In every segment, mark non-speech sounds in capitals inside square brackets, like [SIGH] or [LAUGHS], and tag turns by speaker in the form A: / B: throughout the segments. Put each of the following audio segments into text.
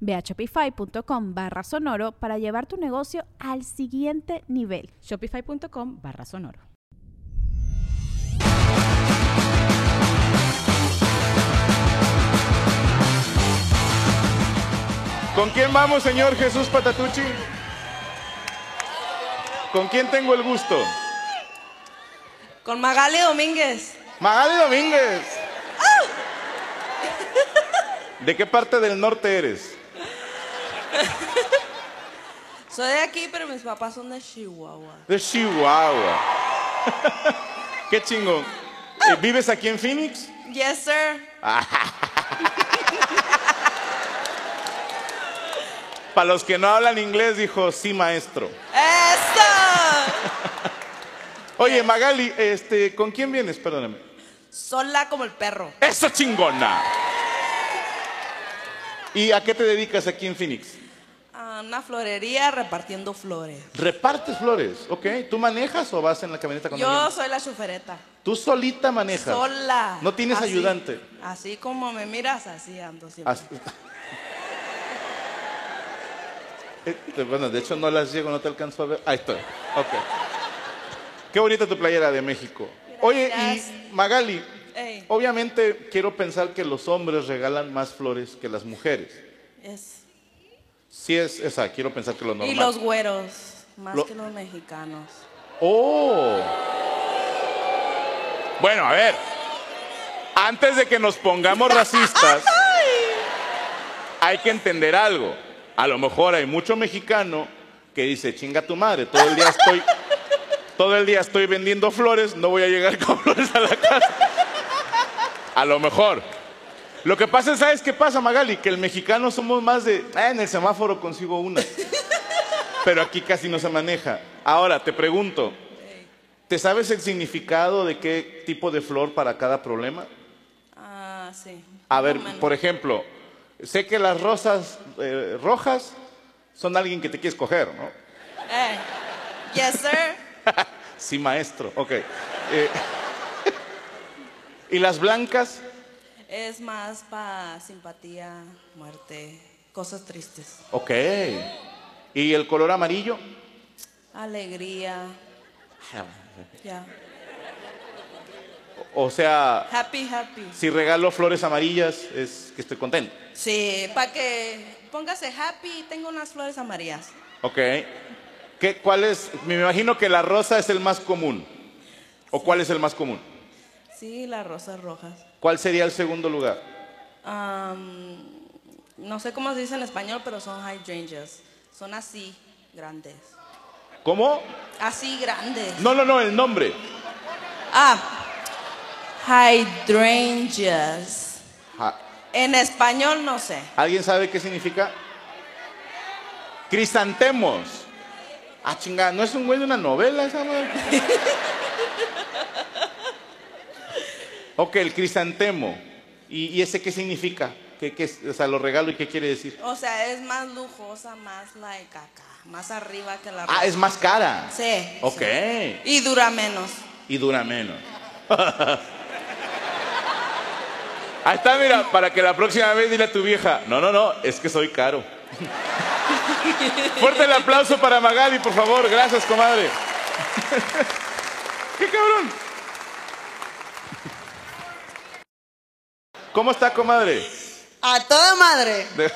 A: Ve a shopify.com barra sonoro para llevar tu negocio al siguiente nivel.
B: Shopify.com barra sonoro.
C: ¿Con quién vamos, señor Jesús Patatucci? ¿Con quién tengo el gusto?
D: Con Magali Domínguez,
C: Magali Domínguez. ¿De qué parte del norte eres?
D: soy de aquí, pero mis papás son de Chihuahua.
C: De Chihuahua. qué chingón. Eh, ¿Vives aquí en Phoenix?
D: Yes, sir.
C: Para los que no hablan inglés, dijo, sí, maestro.
D: ¡Eso!
C: Oye, Magali, este, ¿con quién vienes? Perdóname.
D: Sola como el perro.
C: ¡Eso chingona! ¿Y a qué te dedicas aquí en Phoenix?
D: A una florería repartiendo flores.
C: Repartes flores, ¿ok? ¿Tú manejas o vas en la camioneta con
D: Yo
C: alguien?
D: soy la chofereta.
C: Tú solita manejas.
D: Sola.
C: No tienes
D: Así-
C: ayudante.
D: Así como me miras, así ando siempre.
C: As- [LAUGHS] Este, bueno, de hecho no las llego, no te alcanzo a ver. Ahí estoy. Ok. Qué bonita tu playera de México. Oye,
D: Gracias.
C: y Magali,
D: Ey.
C: Oh. obviamente quiero pensar que los hombres regalan más flores que las mujeres.
D: Yes.
C: Sí es, o sea, quiero pensar que lo normal.
D: Y los güeros, más
C: Lo-
D: que los mexicanos.
C: ¡Oh! Bueno, a ver. Antes de que nos pongamos racistas, hay que entender algo. A lo mejor hay mucho mexicano que dice, chinga tu madre, todo el día estoy, todo el día estoy vendiendo flores, no voy a llegar con [LAUGHS] flores a la casa. A lo mejor. Lo que pasa, ¿sabes qué pasa, Magali? Que el mexicano somos más de, "Ah, en el semáforo consigo una. Pero aquí casi no se maneja. Ahora, te pregunto, ¿te sabes el significado de qué tipo de flor para cada problema?
D: Ah, sí.
C: A ver, por ejemplo, sé que las rosas eh, rojas son alguien que te quieres coger, ¿no?
D: Ey. Yes, sir.
C: Sí, maestro, ok. Eh, [LAUGHS] ¿Y las blancas?
D: Es más para simpatía, muerte, cosas tristes.
C: Ok. ¿Y el color amarillo?
D: Alegría. Ya.
C: O sea,
D: Happy, happy.
C: si regalo flores amarillas es que estoy contento.
D: Sí, para que póngase happy. Tengo unas flores amarillas.
C: Ok. ¿Qué, ¿Cuál es? Me imagino que la rosa es el más común. ¿O cuál es el más común?
D: Sí, las rosas rojas.
C: ¿Cuál sería el segundo lugar?
D: Am, no sé cómo se dice en español, pero son hydrangeas. Son así, grandes.
C: ¿Cómo?
D: Así grandes.
C: No, no, no, el nombre.
D: Ah, hydrangeas.
C: Ja-
D: En español no sé.
C: ¿Alguien sabe qué significa? Crisantemos. Ah, chingada, ¿no es un güey de una novela esa madre? ok, el crisantemo. ¿Y, y ese qué significa? ¿Qué, qué es? o sea, lo regalo y qué quiere decir.
D: O sea, es más lujosa, más like acá, más arriba que la
C: Ah, es más cara.
D: Sí.
C: Ok.
D: sí. Y dura menos.
C: y dura menos. [LAUGHS] Ahí está, mira, para que la próxima vez dile a tu vieja, no, no, no, es que soy caro. Fuerte el aplauso para Magali, por favor, gracias, comadre. [LAUGHS] ¡Qué cabrón! ¿Cómo está, comadre?
E: A toda madre.
C: De-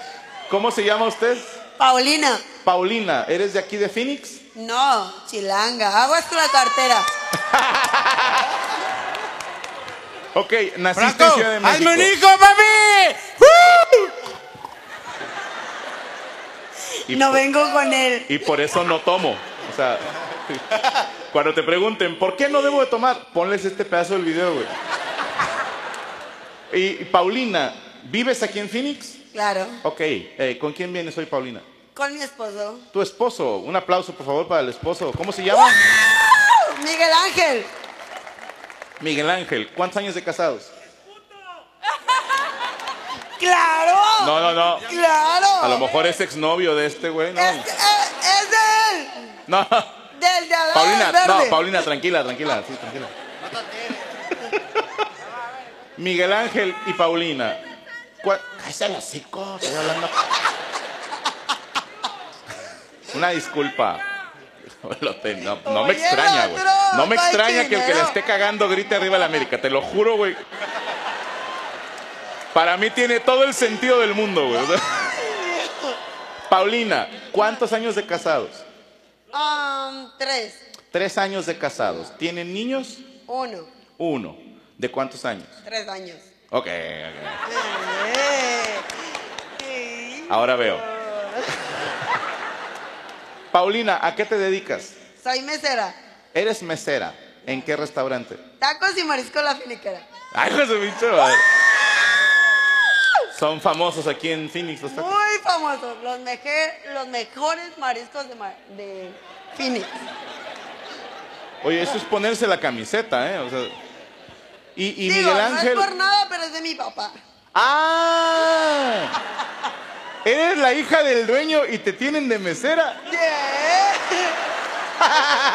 C: ¿Cómo se llama usted?
E: Paulina,
C: Paulina, ¿eres de aquí de Phoenix?
E: no, chilanga, aguas con la cartera.
C: Ok, naciste
F: Franco,
C: en Ciudad de México.
F: hazme un hijo, papi.
C: Y
E: No
C: por-
E: vengo con él.
C: y por eso no tomo. O sea, cuando te pregunten, ¿por qué no debo de tomar? Ponles este pedazo del video, güey. Y, y Paulina, ¿vives aquí en Phoenix?
E: Claro.
C: Ok, eh, ¿con quién vienes hoy, Paulina?
E: Con mi esposo.
C: Tu esposo, un aplauso por favor para el esposo. ¿Cómo se llama?
E: Miguel Ángel.
C: Miguel Ángel. ¿Cuántos años de casados?
E: ¡Claro!
C: No, no, no.
E: ¡Claro!
C: A lo mejor es exnovio de este, güey. No,
E: Es, es, es de él.
C: no.
E: Del de Adán
C: Paulina, no,
E: Verde.
C: Paulina, tranquila, tranquila, sí, tranquila. Miguel Ángel y Paulina. ¿cuál- Cállese el hocico, estoy hablando. Una disculpa. Lo te- No, no me
E: Oye,
C: extraña, güey.
E: ladrón,
C: No me
E: no hay
C: extraña que el que le
E: dinero.
C: esté cagando grite arriba la América, te lo juro, güey. Para mí tiene todo el sentido del mundo, güey. Paulina, ¿cuántos años de casados?
E: Um, tres.
C: Tres años de casados. ¿Tienen niños?
E: Uno.
C: Uno. ¿De cuántos años?
E: Tres años.
C: Ok, ok.
E: Eh, sí.
C: ahora veo. Paulina, ¿a qué te dedicas?
E: Soy mesera.
C: Eres mesera. ¿En qué restaurante?
E: Tacos y marisco a la finiquera.
C: ¡Ay, José pinche madre! Son famosos aquí en Phoenix los tacos.
E: Muy famosos. Los, meje- los mejores mariscos de, ma- de Phoenix.
C: Oye, eso es ponerse la camiseta, ¿eh? O sea, y y
E: Digo,
C: Miguel Ángel.
E: No es por nada, pero es de mi papá.
C: ¡Ah! Eres la hija del dueño y te tienen de mesera.
E: Yeah. [LAUGHS]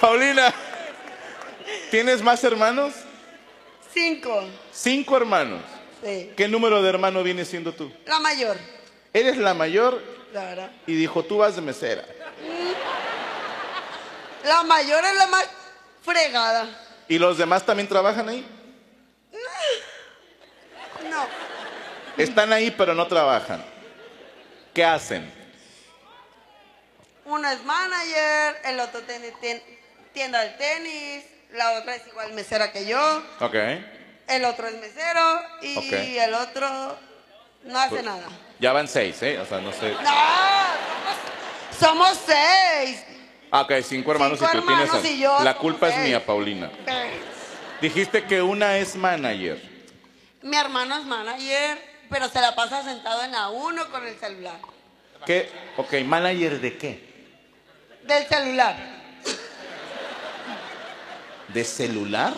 C: Paulina, ¿tienes más hermanos?
E: Cinco.
C: Cinco hermanos.
E: Sí.
C: ¿Qué número de hermano vienes siendo tú?
E: La mayor.
C: Eres la mayor
E: La verdad.
C: y dijo, tú vas de mesera.
E: La mayor es la más fregada.
C: ¿Y los demás también trabajan ahí?
E: No.
C: Están ahí pero no trabajan. ¿Qué hacen?
E: Una es manager, el otro tiene tien- tienda de tenis, la otra es igual mesera que yo,
C: Ok.
E: el otro es mesero y
C: Ok. Pues
E: el otro no hace nada.
C: Ya van seis, ¿eh? O sea, no sé.
E: ¡No! Somos seis.
C: Ah, ok, cinco hermanos
E: Cinco
C: y tú
E: hermanos
C: tienes... a-
E: y yo
C: la
E: somos
C: culpa es
E: seis.
C: mía, Paulina. Dijiste que una es manager.
E: Mi hermano es manager, pero se la pasa sentado en la uno con el celular.
C: ¿Qué? Ok, manager de qué?
E: Del celular.
C: ¿De celular?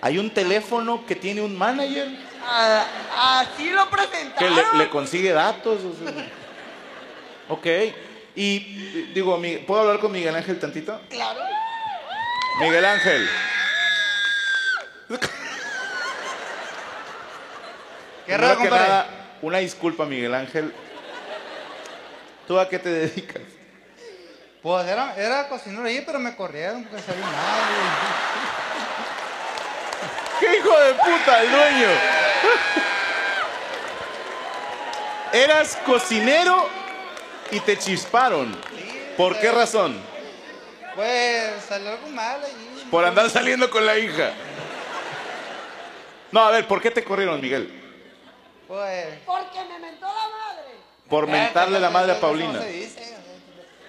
C: ¿Hay un teléfono que tiene un manager?
E: Ah, así lo presentaron.
C: que le, le consigue datos. o sea. Ok. Y eh, digo, mi- ¿puedo hablar con Miguel Ángel tantito?
E: Claro.
C: Miguel Ángel.
F: Qué raro,
C: Primero que
F: compadre.
C: nada, una disculpa, Miguel Ángel. ¿Tú a qué te dedicas?
F: Pues era, era cocinero ahí, pero me corrieron porque sabía nada, güey.
C: ¡Qué hijo de puta el dueño! Eras cocinero y te chisparon. ¿Por qué razón?
F: Pues salió algo mal ahí.
C: Por andar saliendo con la hija. No, a ver, ¿por qué te corrieron, Miguel?
F: Pues.
E: Porque me mentó la madre.
F: Eh,
C: Por mentarle la madre a
F: Eso no
C: Paulina.
F: se dice, o sea,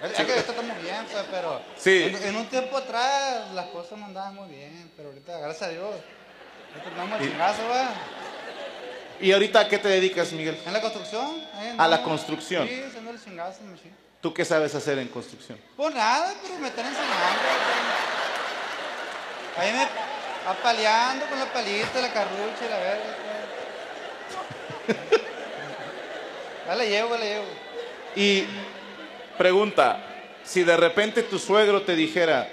F: Es es que ahorita estamos bien, o sea, pero
C: Sí.
F: en, en un tiempo atrás las cosas no andaban muy bien, pero ahorita, gracias a Dios, nos tornamos
C: Sí.
F: chingazo, va. eh.
C: ¿Y ahorita a qué te dedicas, Miguel?
F: En la construcción. ahí
C: A la
F: andamos.
C: construcción.
F: Sí, haciendo el chingazo, me chingo.
C: ¿Tú qué sabes hacer en construcción?
F: Pues nada, pero me están enseñando. güey. Ahí me apaleando con la palita, la carrucha y la verga. güey. Ahí la llevo, ahí la llevo.
C: Y pregunta, si de repente tu suegro te dijera,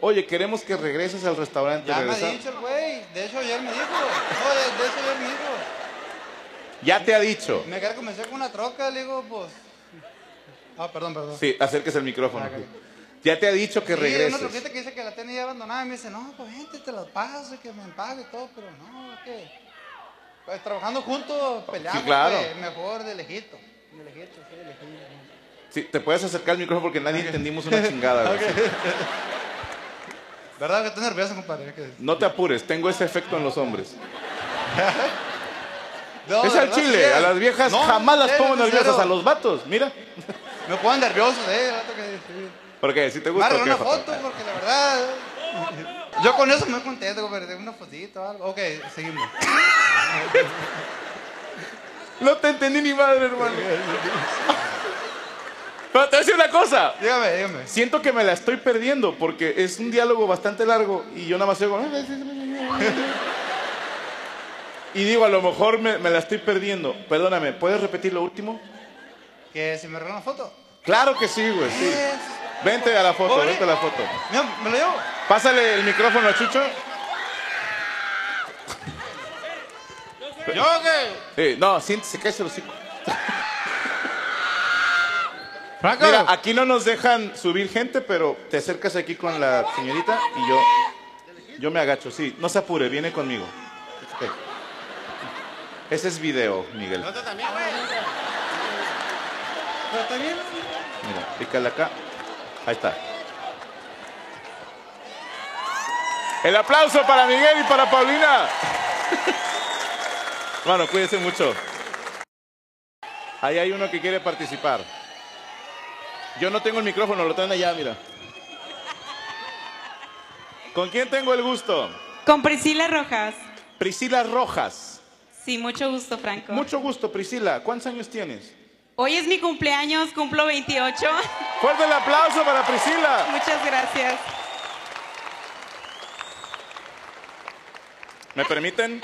C: oye, queremos que regreses al restaurante,
F: Ya me ha
C: regresa-
F: dicho el güey. De hecho, ayer me dijo. No, de, de hecho, ayer me dijo.
C: ya te ha dicho.
F: Me quedé comenzar con una troca, le digo, pues. Ah, perdón, perdón.
C: Sí, acérquese el micrófono. Ya te ha dicho que
F: Sí, una
C: regreses.
F: troquita que dice que la tenía abandonada y me dice, no, pues vente, te la paso y que me empague y todo, pero no, es que pues, trabajando juntos peleamos,
C: claro.
F: pues, mejor de lejito, de lejito, sí, de lejito.
C: Sí, te puedes acercar al micrófono porque nadie entendimos una chingada. güey.
F: [LAUGHS] ¿Verdad que estás nervioso, compadre? Que-
C: No te apures, tengo ese efecto en los hombres.
F: No,
C: es
F: de
C: al
F: verdad,
C: chile,
F: sí es.
C: a las viejas
F: No,
C: jamás las
F: cero,
C: pongo
F: cero.
C: nerviosas, a los vatos, mira.
F: Me ponen nervioso, eh. de verdad que sí.
C: Porque si te gusta.
F: Márgale
C: ¿o qué,
F: una
C: Joto?
F: foto, porque la verdad. [LAUGHS] Yo con eso me contento, compadre. Una fotito o algo. Ok, seguimos.
C: No te entendí ni madre, hermano. Pero te voy a decir una cosa.
F: Dígame, dígame.
C: Siento que me la estoy perdiendo porque es un diálogo bastante largo y yo nada más oigo. Y digo, a lo mejor me, me la estoy perdiendo. Perdóname, ¿puedes repetir lo último?
F: ¿Que si me regala una foto?
C: Claro que sí, güey. sí.
F: Yes.
C: Vente a la foto,
F: Pobre.
C: vente a la foto.
F: Mira, me lo llevo.
C: Pásale el micrófono a Chucho.
F: ¿Yo qué?
C: Sí, Eh, no, siéntese, cállese los hocico.
F: Franco.
C: Mira, aquí no nos dejan subir gente, pero te acercas aquí con la señorita y yo, yo me agacho. Sí, no se apure, viene conmigo. Ok. Ese es video, Miguel.
F: Pero está bien.
C: Mira, pícale acá. Ahí está. El aplauso para Miguel y para Paulina. Bueno, cuídense mucho. Ahí hay uno que quiere participar. Yo no tengo el micrófono, lo traen allá, mira. ¿Con quién tengo el gusto?
G: Con Priscila Rojas.
C: Priscila Rojas.
G: Sí, mucho gusto, Franco.
C: Mucho gusto, Priscila. ¿Cuántos años tienes?
G: Hoy es mi cumpleaños, cumplo 28.
C: Fuerte el aplauso para Priscila.
G: Muchas gracias.
C: ¿Me permiten?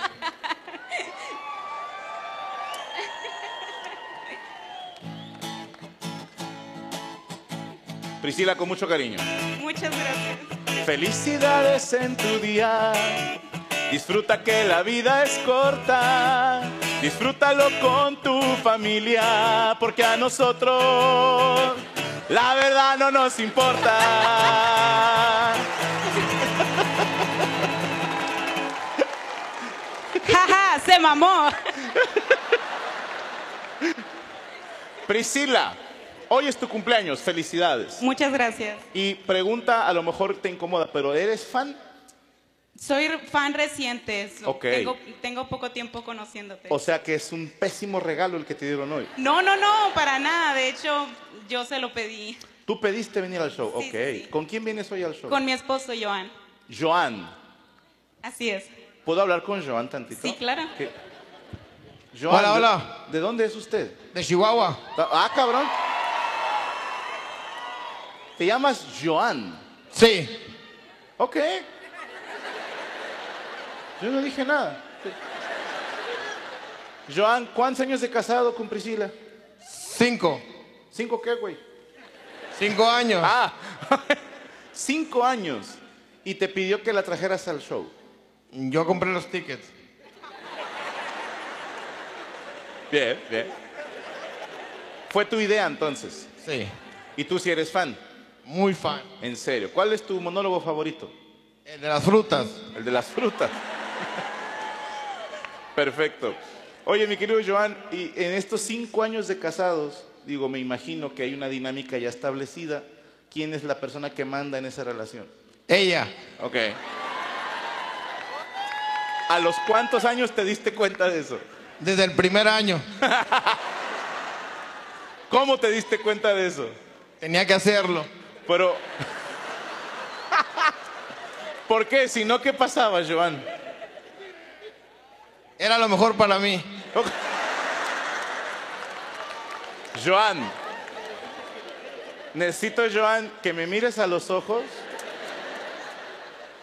C: Priscila, con mucho cariño.
G: Muchas gracias.
C: Felicidades en tu día. Disfruta que la vida es corta. Disfrútalo con tu familia, porque a nosotros la verdad no nos importa.
G: Jaja, se mamó.
C: Priscila, hoy es tu cumpleaños. Felicidades.
G: Muchas gracias.
C: Y pregunta, a lo mejor te incomoda, pero ¿eres fan?
G: Soy fan reciente. so-
C: Ok.
G: Tengo, tengo poco tiempo conociéndote.
C: O sea que es un pésimo regalo el que te dieron hoy.
G: No, no, no, para nada. De hecho, yo se lo pedí
C: Tú pediste venir al show,
G: Sí,
C: ok.
G: sí, sí.
C: ¿Con quién vienes hoy al show?
G: con mi esposo Joan.
C: Joan.
G: Así es.
C: ¿Puedo hablar con Joan tantito?
G: Sí, claro.
C: ¿Qué? Joan,
F: Hola,
C: ¿de-
F: hola.
C: ¿De dónde es usted?
F: De Chihuahua.
C: Ah, cabrón. Te llamas Joan.
F: Sí.
C: Ok. Yo no dije nada. Joan, ¿cuántos años de casado con Priscila?
F: Cinco.
C: ¿Cinco qué, güey?
F: Cinco años.
C: Ah, [LAUGHS] cinco años. Y te pidió que la trajeras al show.
F: Yo compré los tickets.
C: Bien, bien. Fue tu idea entonces.
F: Sí.
C: Y tú si eres fan,
F: Muy fan.
C: en serio. ¿Cuál es tu monólogo favorito?
F: El de las frutas.
C: El de las [LAUGHS] frutas. Perfecto. Oye, mi querido Joan, y en estos cinco años de casados, digo, me imagino que hay una dinámica ya establecida. ¿Quién es la persona que manda en esa relación?
F: Ella.
C: Ok. ¿A los cuántos años te diste cuenta de eso?
F: Desde el primer año.
C: ¿Cómo te diste cuenta de eso?
F: Tenía que hacerlo.
C: Pero. [LAUGHS] ¿Por qué? Si no, ¿qué pasaba, Joan?
F: Era lo mejor para mí.
C: Joan. Necesito, Joan, que me mires a los ojos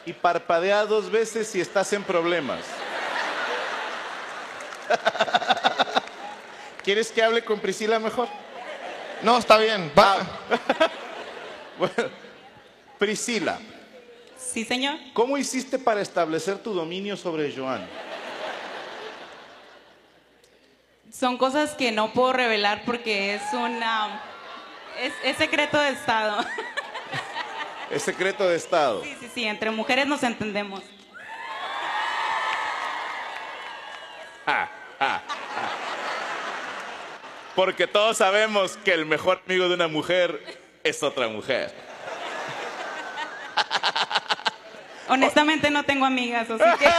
C: y parpadea dos veces si estás en problemas. [LAUGHS] ¿Quieres que hable con Priscila mejor? [LAUGHS]
F: No, está bien. Va.
C: Bueno, Priscila,
G: Sí, señor.
C: ¿cómo hiciste para establecer tu dominio sobre Joan?
G: Son cosas que no puedo revelar porque es una... Es, es secreto de Estado. [LAUGHS]
C: Es secreto de Estado.
G: Sí, sí, sí, entre mujeres nos entendemos.
C: Porque todos sabemos que el mejor amigo de una mujer es otra mujer.
G: Honestamente no tengo amigas, así
C: [LAUGHS]
G: que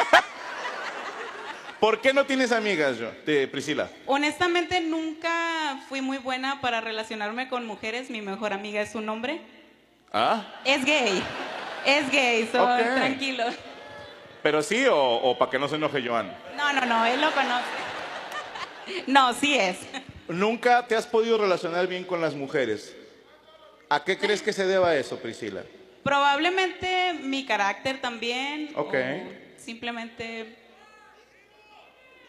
C: ¿Por qué no tienes amigas, yo, de Priscila?
G: honestamente nunca fui muy buena para relacionarme con mujeres. Mi mejor amiga es un hombre.
C: ¿Ah?
G: Es gay. Es gay, so,
C: Ok.
G: tranquilo.
C: ¿Pero sí o, para que no se enoje Joan?
G: No, no, no, él lo conoce. No, sí es.
C: Nunca te has podido relacionar bien con las mujeres. ¿A qué crees que se deba eso, Priscila?
G: Probablemente mi carácter también.
C: Ok.
G: o simplemente.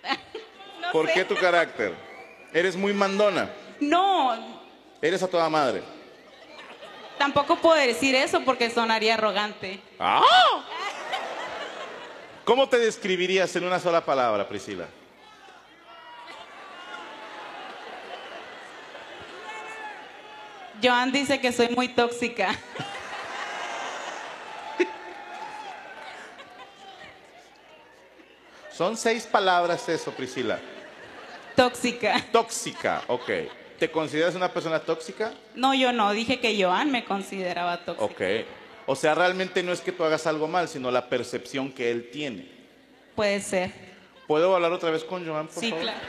G: [LAUGHS] No
C: ¿Por
G: sé.
C: qué tu carácter? Eres muy mandona.
G: No,
C: Eres a toda madre.
G: tampoco puedo decir eso porque sonaría arrogante.
C: ¡Ah! ¿Cómo te describirías en una sola palabra, Priscila?
G: Joan dice que soy muy tóxica. [LAUGHS]
C: Son seis palabras eso, Priscila.
G: Tóxica.
C: Tóxica, ok. ¿Te consideras una persona tóxica?
G: No, yo no. Dije que Joan me consideraba tóxica.
C: Ok. O sea, realmente no es que tú hagas algo mal, sino la percepción que él tiene.
G: Puede ser.
C: ¿Puedo hablar otra vez con Joan, por
G: sí,
C: favor?
G: claro.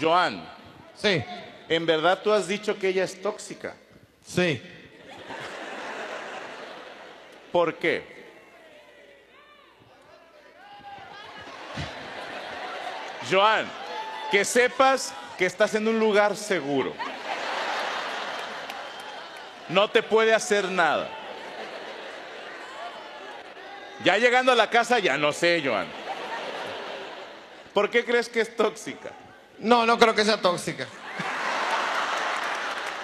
C: Joan,
H: Sí,
C: en verdad tú has dicho que ella es tóxica.
H: sí.
C: ¿Por qué? Joan, que sepas que estás en un lugar seguro. No te puede hacer nada. Ya llegando a la casa, ya no sé, Joan. ¿Por qué crees que es tóxica?
H: No, no creo que sea tóxica.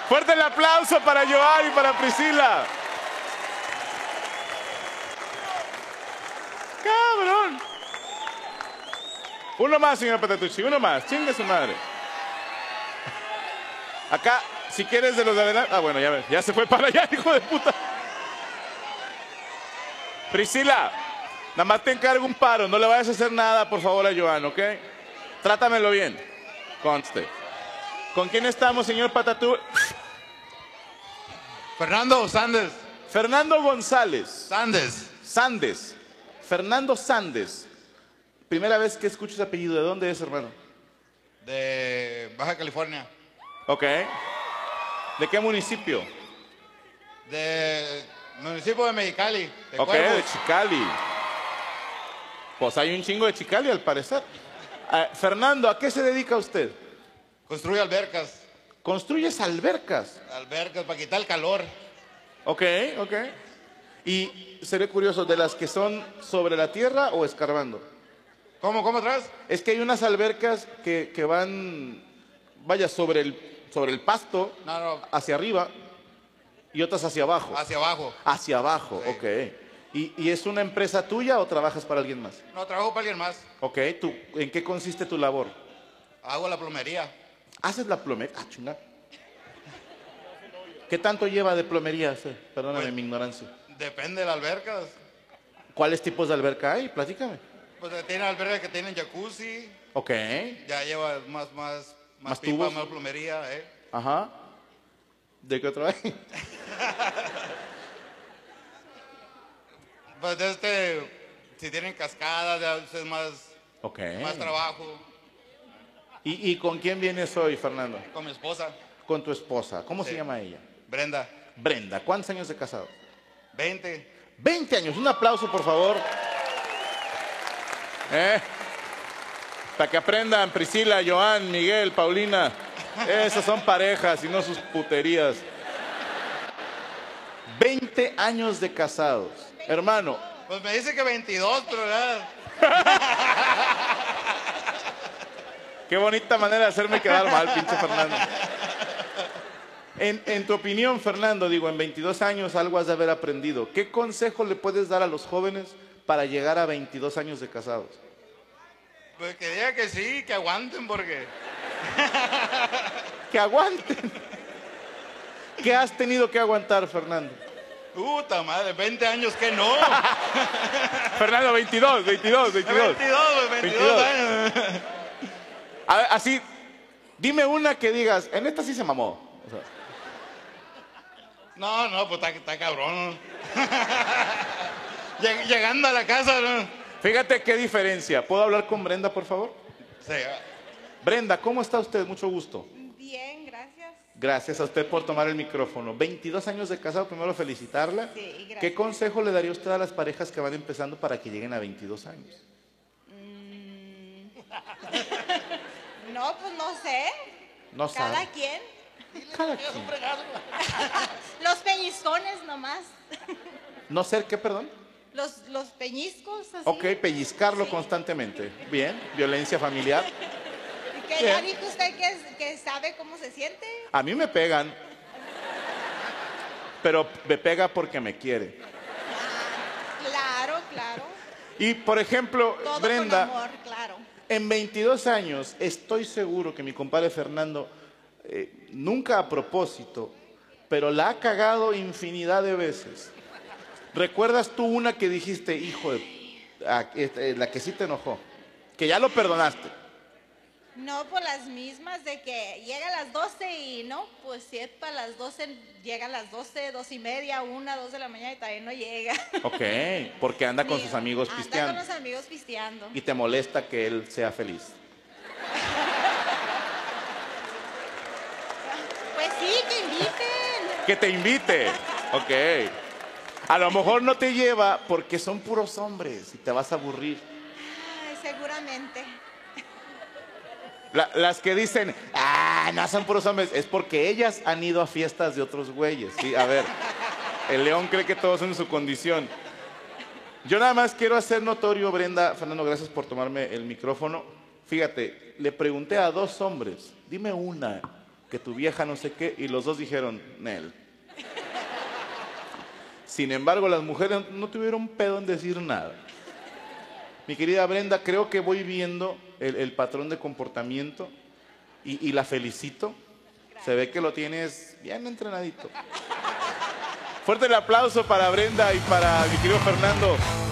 C: Fuerte el aplauso para Joan y para Priscila. ¡Cabrón! Uno más, señora Patatucci, uno más. Chingue su madre. Acá, si quieres de los de adelante. Ah, bueno, ya, ve- ya se fue para allá, [LAUGHS] hijo de puta. Priscila, nada más te encargo un paro. No le vayas a hacer nada, por favor, a Joan, ¿ok? Trátamelo bien. Conste. ¿Con quién estamos, señor Patatú?
H: Fernando Sandes.
C: Fernando González,
H: Sandes.
C: Sandes. Fernando Sandes. Primera vez que escucho ese apellido. ¿De dónde es, hermano?
H: De Baja California.
C: Ok. ¿De qué municipio?
H: De municipio de Mexicali. De
C: ok, de
H: Cuervos.
C: Chicali. Pues hay un chingo de Chicali, al parecer. Ah, Fernando, ¿a qué se dedica usted?
H: Construye albercas.
C: Construyes albercas.
H: Albercas para quitar el calor.
C: Ok, ok. Y seré curioso, ¿de las que son sobre la tierra o escarbando?
H: ¿Cómo, cómo atrás?
C: Es que hay unas albercas que, que van, vaya, sobre el, sobre el pasto,
H: No, no.
C: hacia arriba, y otras hacia abajo.
H: Hacia abajo.
C: Hacia abajo,
H: Sí.
C: ok. ¿Y, y es una empresa tuya o trabajas para alguien más?
H: No, trabajo para alguien más.
C: Ok, ¿tú, ¿en qué consiste tu labor?
H: Hago la plomería.
C: ¿Haces la plomería? Ah, chinga. ¿Qué tanto lleva de plomería? hacer? Perdóname
H: Pues-
C: mi ignorancia.
H: Depende de las albercas.
C: ¿Cuáles tipos de alberca hay? Platícame.
H: Pues eh, tienen albercas que tienen jacuzzi.
C: Ok,
H: Ya lleva más, más, más,
C: ¿Más
H: pipa,
C: tubos?
H: más plomería, ¿eh?
C: ajá. ¿De qué otra vez?
H: Pues de este, si tienen cascadas, ya es más,
C: Ok.
H: más trabajo.
C: ¿Y, ¿Y con quién vienes hoy, Fernando?
H: Con mi esposa,
C: Con tu esposa. ¿Cómo se
H: Sí.
C: llama ella?
H: Brenda,
C: Brenda. ¿Cuántos años de casado?
H: 20.
C: 20 años. Un aplauso, por favor. ¿Eh? Para que aprendan Priscila, Joan, Miguel, Paulina. Esas son parejas y no sus puterías. 20 años de casados. Hermano,
H: Pues me dice que 22, pero ya.
C: Qué bonita manera de hacerme quedar mal, pinche Fernando. En, en tu opinión, Fernando, digo, en 22 años algo has de haber aprendido. ¿Qué consejo le puedes dar a los jóvenes para llegar a 22 años de casados?
H: Pues que diga que sí, que aguanten porque
C: Que aguanten. ¿Qué has tenido que aguantar, Fernando?
H: puta madre, 20 años que no.
C: [LAUGHS] Fernando, 22, 22,
H: 22, pues, 22
C: 22.
H: años.
C: A ver, así, Dime una que digas, en esta sí se mamó. O sea,
I: No, no, pues está, está cabrón. [LAUGHS] Lleg- Llegando a la casa, ¿no?
C: fíjate qué diferencia. ¿Puedo hablar con Brenda, por favor?
I: Se-
C: Brenda, ¿cómo está usted? Mucho gusto.
D: Bien, gracias.
C: Gracias a usted por tomar el micrófono. 22 años de casado, primero felicitarla.
D: Sí, gracias.
C: ¿Qué consejo le daría usted a las parejas que van empezando para que lleguen a 22 años?
D: No, pues no sé.
C: No
D: Cada
C: sabe.
D: quien.
C: Cada quien.
D: Los pellizcones nomás.
C: No ser qué, perdón.
D: Los, los peñiscos así.
C: Ok, pellizcarlo constantemente. Bien, violencia familiar.
D: ¿Y ¿Qué
C: bien.
D: ya dijo usted que, es- que sabe cómo se siente?
C: A mí me pegan, pero me pega porque me quiere.
D: Claro, claro.
C: Y por ejemplo,
D: Todo
C: Brenda,
D: con amor, claro.
C: En 22 años estoy seguro que mi compadre Fernando, eh, nunca a propósito, pero la ha cagado infinidad de veces. ¿Recuerdas tú una que dijiste, hijo de... ah, este, eh, la que sí te enojó? Que ya lo perdonaste.
D: No, por las mismas de que llega a las 12 y no, pues si es para las 12, llega a las 12, 2 y media, 1, 2 de la mañana y todavía no llega.
C: Ok, porque anda con sus amigos
D: Anda
C: cristianos
D: con los amigos pisteando.
C: y te molesta que él sea feliz.
D: Pues sí, que inviten.
C: Que te invite. Ok. A lo mejor no te lleva porque son puros hombres y te vas a aburrir.
D: Ay, eh, seguramente.
C: La- las que dicen, ah, no son puros hombres, es porque ellas han ido a fiestas de otros güeyes. Sí, a ver, el león cree que todos son en su condición. Yo nada más quiero hacer notorio, Brenda, Fernando, gracias por tomarme el micrófono. Fíjate, le pregunté a dos hombres, dime una, que tu vieja no sé qué, y los dos dijeron, Nel. Sin embargo, las mujeres no tuvieron pedo en decir nada. Mi querida Brenda, creo que voy viendo el, el patrón de comportamiento y, y la felicito. Se ve que lo tienes bien entrenadito. Fuerte el aplauso para Brenda y para mi querido Fernando.